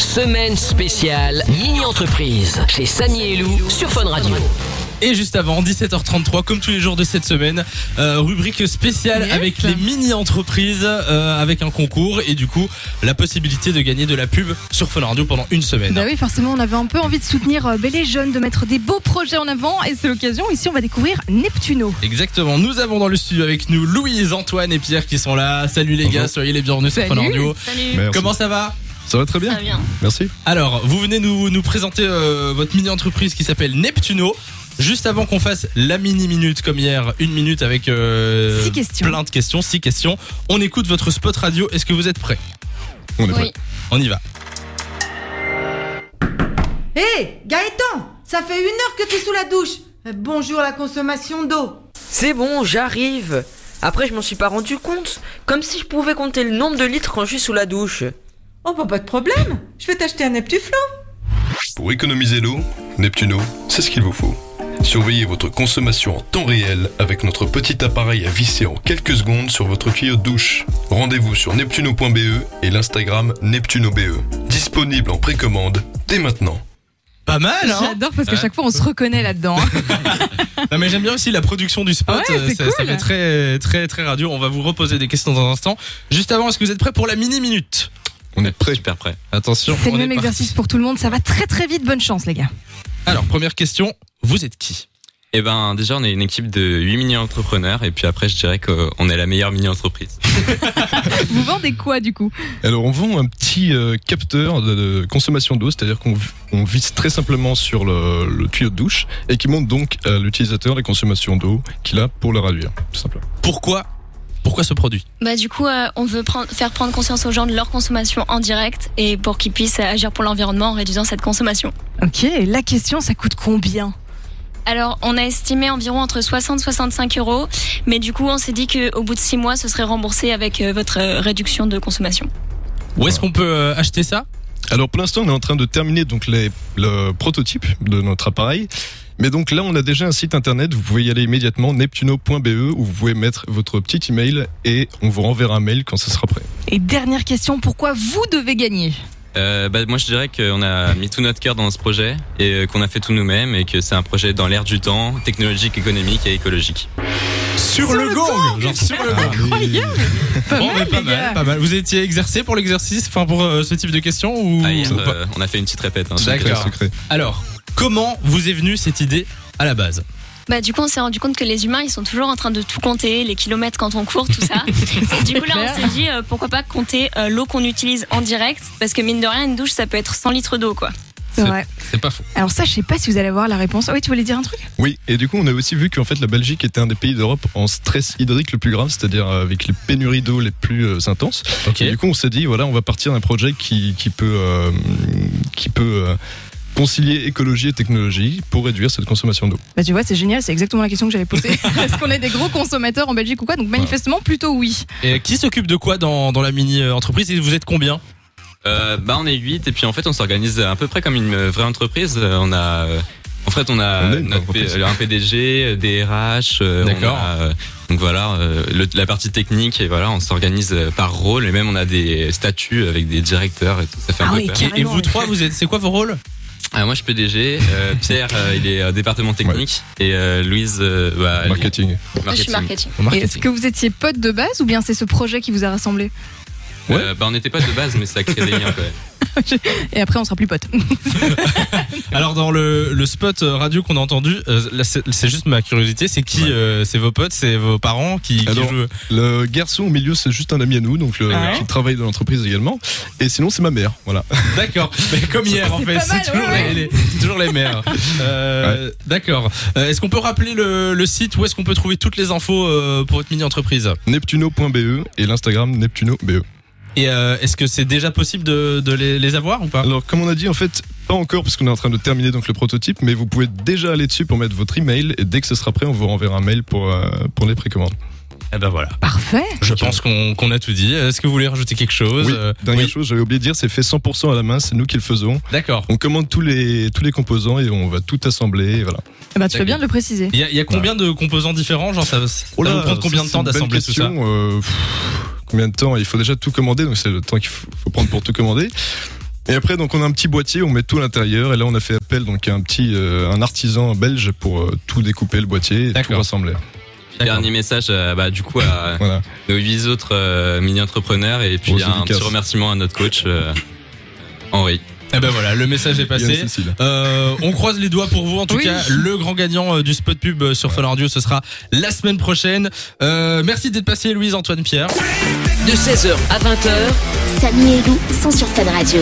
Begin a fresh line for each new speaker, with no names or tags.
semaine spéciale Mini Entreprise chez Samy et Lou sur Fun Radio.
Et juste avant, 17h33, comme tous les jours de cette semaine, euh, rubrique spéciale
Yes.
avec les mini-entreprises, euh, avec un concours et du coup la possibilité de gagner de la pub sur Fun Radio pendant une semaine.
Bah oui, forcément, on avait un peu envie de soutenir euh, ben, les jeunes, de mettre des beaux projets en avant. Et c'est l'occasion. Ici, on va découvrir Neptuno.
Exactement, nous avons dans le studio avec nous Louise, Antoine et Pierre qui sont là. Salut les
Bonjour.
gars, soyez les bienvenus sur Fun
Salut.
Radio.
Salut.
Merci.
Comment ça va
Ça va très bien.
Ça vient.
Merci.
Alors, vous venez nous, nous présenter euh, votre mini-entreprise qui s'appelle Neptuno. Juste avant qu'on fasse la mini-minute comme hier, une minute avec euh,
Six questions.
plein de questions, six questions. On écoute votre spot radio, est-ce que vous êtes prêts
On est
Oui.
prêt.
On y va.
Hé, Gaëtan Ça fait une heure que t'es sous la douche Euh, Bonjour la consommation d'eau
C'est bon, j'arrive. Après, je m'en suis pas rendu compte, comme si je pouvais compter le nombre de litres quand je suis sous la douche.
Oh bah pas de problème Je vais t'acheter un Neptuflo
Pour économiser l'eau, Neptuno, c'est ce qu'il vous faut. Surveillez votre consommation en temps réel avec notre petit appareil à visser en quelques secondes sur votre tuyau de douche. Rendez-vous sur neptuno.be E et l'Instagram neptuno.be. Disponible en précommande dès maintenant.
Pas mal, hein
J'adore parce qu'à
Ouais.
chaque fois, on se reconnaît là-dedans. hein.
Non mais j'aime bien aussi la production du spot, Euh,
Ouais, c'est
ça, ça
cool.
fait très très très radio. On va vous reposer des questions dans un instant. Juste avant, est-ce que vous êtes prêts pour la mini minute
On est prêt.
Super prêt. Attention.
C'est
on
le même
est parti.
exercice pour tout le monde. Ça va très très vite. Bonne chance, les gars.
Alors première question, vous êtes qui
Eh ben déjà on est une équipe de 8 mini-entrepreneurs et puis après je dirais qu'on est la meilleure mini-entreprise.
Vous vendez quoi du coup
Alors, on vend un petit euh, capteur de, de consommation d'eau, c'est-à-dire qu'on on visse très simplement sur le, le tuyau de douche et qui montre donc à l'utilisateur la consommation d'eau qu'il a pour le réduire, tout simplement.
Pourquoi pourquoi ce produit
Bah du coup, euh, on veut prendre- faire prendre conscience aux gens de leur consommation en direct et pour qu'ils puissent euh, agir pour l'environnement en réduisant cette consommation.
Ok, la question, ça coûte combien
Alors, on a estimé environ entre 60 et 65 euros, mais du coup, on s'est dit qu'au bout de 6 mois, ce serait remboursé avec euh, votre euh, réduction de consommation.
Où est-ce qu'on peut euh, acheter ça
Alors, pour l'instant, on est en train de terminer donc les- le prototype de notre appareil. Mais donc là, on a déjà un site internet, vous pouvez y aller immédiatement, neptuno.be, où vous pouvez mettre votre petit email et on vous renverra un mail quand ce sera prêt.
Et dernière question, pourquoi vous devez gagner
Euh, bah, moi je dirais qu'on a mis tout notre cœur dans ce projet et euh, qu'on a fait tout nous-mêmes et que c'est un projet dans l'air du temps, technologique, économique et écologique.
Sur, le gong, genre Ah, sur le gong.
Pas
Bon, mais pas
les
mal,
gars.
pas mal. Vous étiez exercé pour l'exercice, enfin pour euh, ce type de questions ou
Ah, hier,
ou pas
euh, on a fait une petite répète. hein, sur
D'accord.
le
Secret, secret.
Alors, comment vous est venue cette idée à la base
Bah du coup on s'est rendu compte que les humains ils sont toujours en train de tout compter, les kilomètres quand on court, tout ça. Et du coup là on s'est dit euh, pourquoi pas compter euh, l'eau qu'on utilise en direct parce que mine de rien une douche ça peut être 100 litres d'eau quoi.
C'est vrai.
C'est pas faux.
Alors ça, je sais pas si vous allez avoir la réponse. Ah oui, tu voulais dire un truc
Oui, et du coup, on a aussi vu qu'en fait, la Belgique était un des pays d'Europe en stress hydrique le plus grave, c'est-à-dire avec les pénuries d'eau les plus euh, intenses.
Ok.
Et du coup, on s'est dit, voilà, on va partir d'un projet qui, qui peut, euh, qui peut euh, concilier écologie et technologie pour réduire cette consommation d'eau.
Bah tu vois, c'est génial, c'est exactement la question que j'avais posée. Est-ce qu'on est des gros consommateurs en Belgique ou quoi Donc manifestement, plutôt oui.
Et qui s'occupe de quoi dans, dans la mini euh, entreprise et vous êtes combien
Euh, bah on est 8 et puis en fait on s'organise à peu près comme une euh, vraie entreprise. Euh, On a euh, en fait on a
On est une
notre P-
entreprise.
un PDG, euh, des RH, euh, on
D'accord.
a, euh, donc voilà euh, le- la partie technique et voilà on s'organise euh, par rôle et même on a des statuts avec des directeurs et tout ça fait un
Ah
peu
oui,
peur.
Et- bah. et,
Carrément,
vous
ouais.
trois, vous êtes c'est quoi vos rôles
Ah, moi je suis PDG, euh, Pierre euh, il est euh, département technique et euh, Louise euh, bah, elle est
Marketing.
Ah, Je suis marketing.
Au
Et
marketing.
Est-ce que vous étiez potes de base ou bien c'est ce projet qui vous a rassemblés
Euh, bah, on n'était pas de base mais ça crée des liens quand même.
Et après, on sera plus potes.
Alors dans le, le spot euh, radio qu'on a entendu, euh, là, c'est c'est juste ma curiosité, c'est qui
Ouais.
euh, C'est vos potes, c'est vos parents qui, qui
Alors,
jouent
Le garçon au milieu, c'est juste un ami à nous, donc le,
Ah ouais
qui travaille dans l'entreprise également. Et sinon, c'est ma mère. Voilà.
D'accord, mais comme hier en
C'est
fait,
pas
c'est
mal,
toujours,
ouais,
les- les- c'est toujours les mères. Euh, D'accord. Euh, Est-ce qu'on peut rappeler le, le site où est-ce qu'on peut trouver toutes les infos euh, pour votre mini entreprise
Neptuno.be et l'Instagram neptuno.be.
Et euh, est-ce que c'est déjà possible de, de les, les avoir ou pas
Alors, comme on a dit, en fait, pas encore, parce qu'on est en train de terminer donc le prototype, mais vous pouvez déjà aller dessus pour mettre votre email, et dès que ce sera prêt, on vous renverra un mail pour, euh, pour les précommandes.
Euh,
Eh ben voilà.
Parfait.
Je pense qu'on qu'on a tout dit. Est-ce que vous voulez rajouter quelque chose
Oui,
Euh,
dernière
oui.
chose, j'avais oublié de dire, c'est fait 100% à la main, c'est nous qui le faisons.
D'accord.
On commande tous les, tous les composants et on va tout assembler, et voilà.
Eh ben, tu fais
D'accord.
bien de le préciser.
Il y, a- il y a combien de composants différents Genre ça, ça
On
va vous prendre combien de temps d'assembler tout ça
euh, Combien de temps Il faut déjà tout commander, donc c'est le temps qu'il faut, faut prendre pour tout commander. Et après, donc, on a un petit boîtier, on met tout à l'intérieur. Et là, on a fait appel donc, à un petit euh, un artisan belge pour euh, tout découper, le boîtier, et tout
D'accord. Bah,
rassembler.
Dernier message, euh, bah, du coup, à
Voilà.
nos huit autres euh, mini-entrepreneurs et puis
Grosse
un
dédicace.
petit remerciement à notre coach, euh, Henri.
Eh ben voilà, le message est passé.
Yann Cécile.
Euh, on croise les doigts pour vous. En tout
Oui.
cas, le grand gagnant euh, du spot pub euh, sur Fun Radio, ce sera la semaine prochaine. Euh, merci d'être passé, Louise Antoine Pierre.
De 16h à 20h,
Samy et Lou sont sur Fan Radio.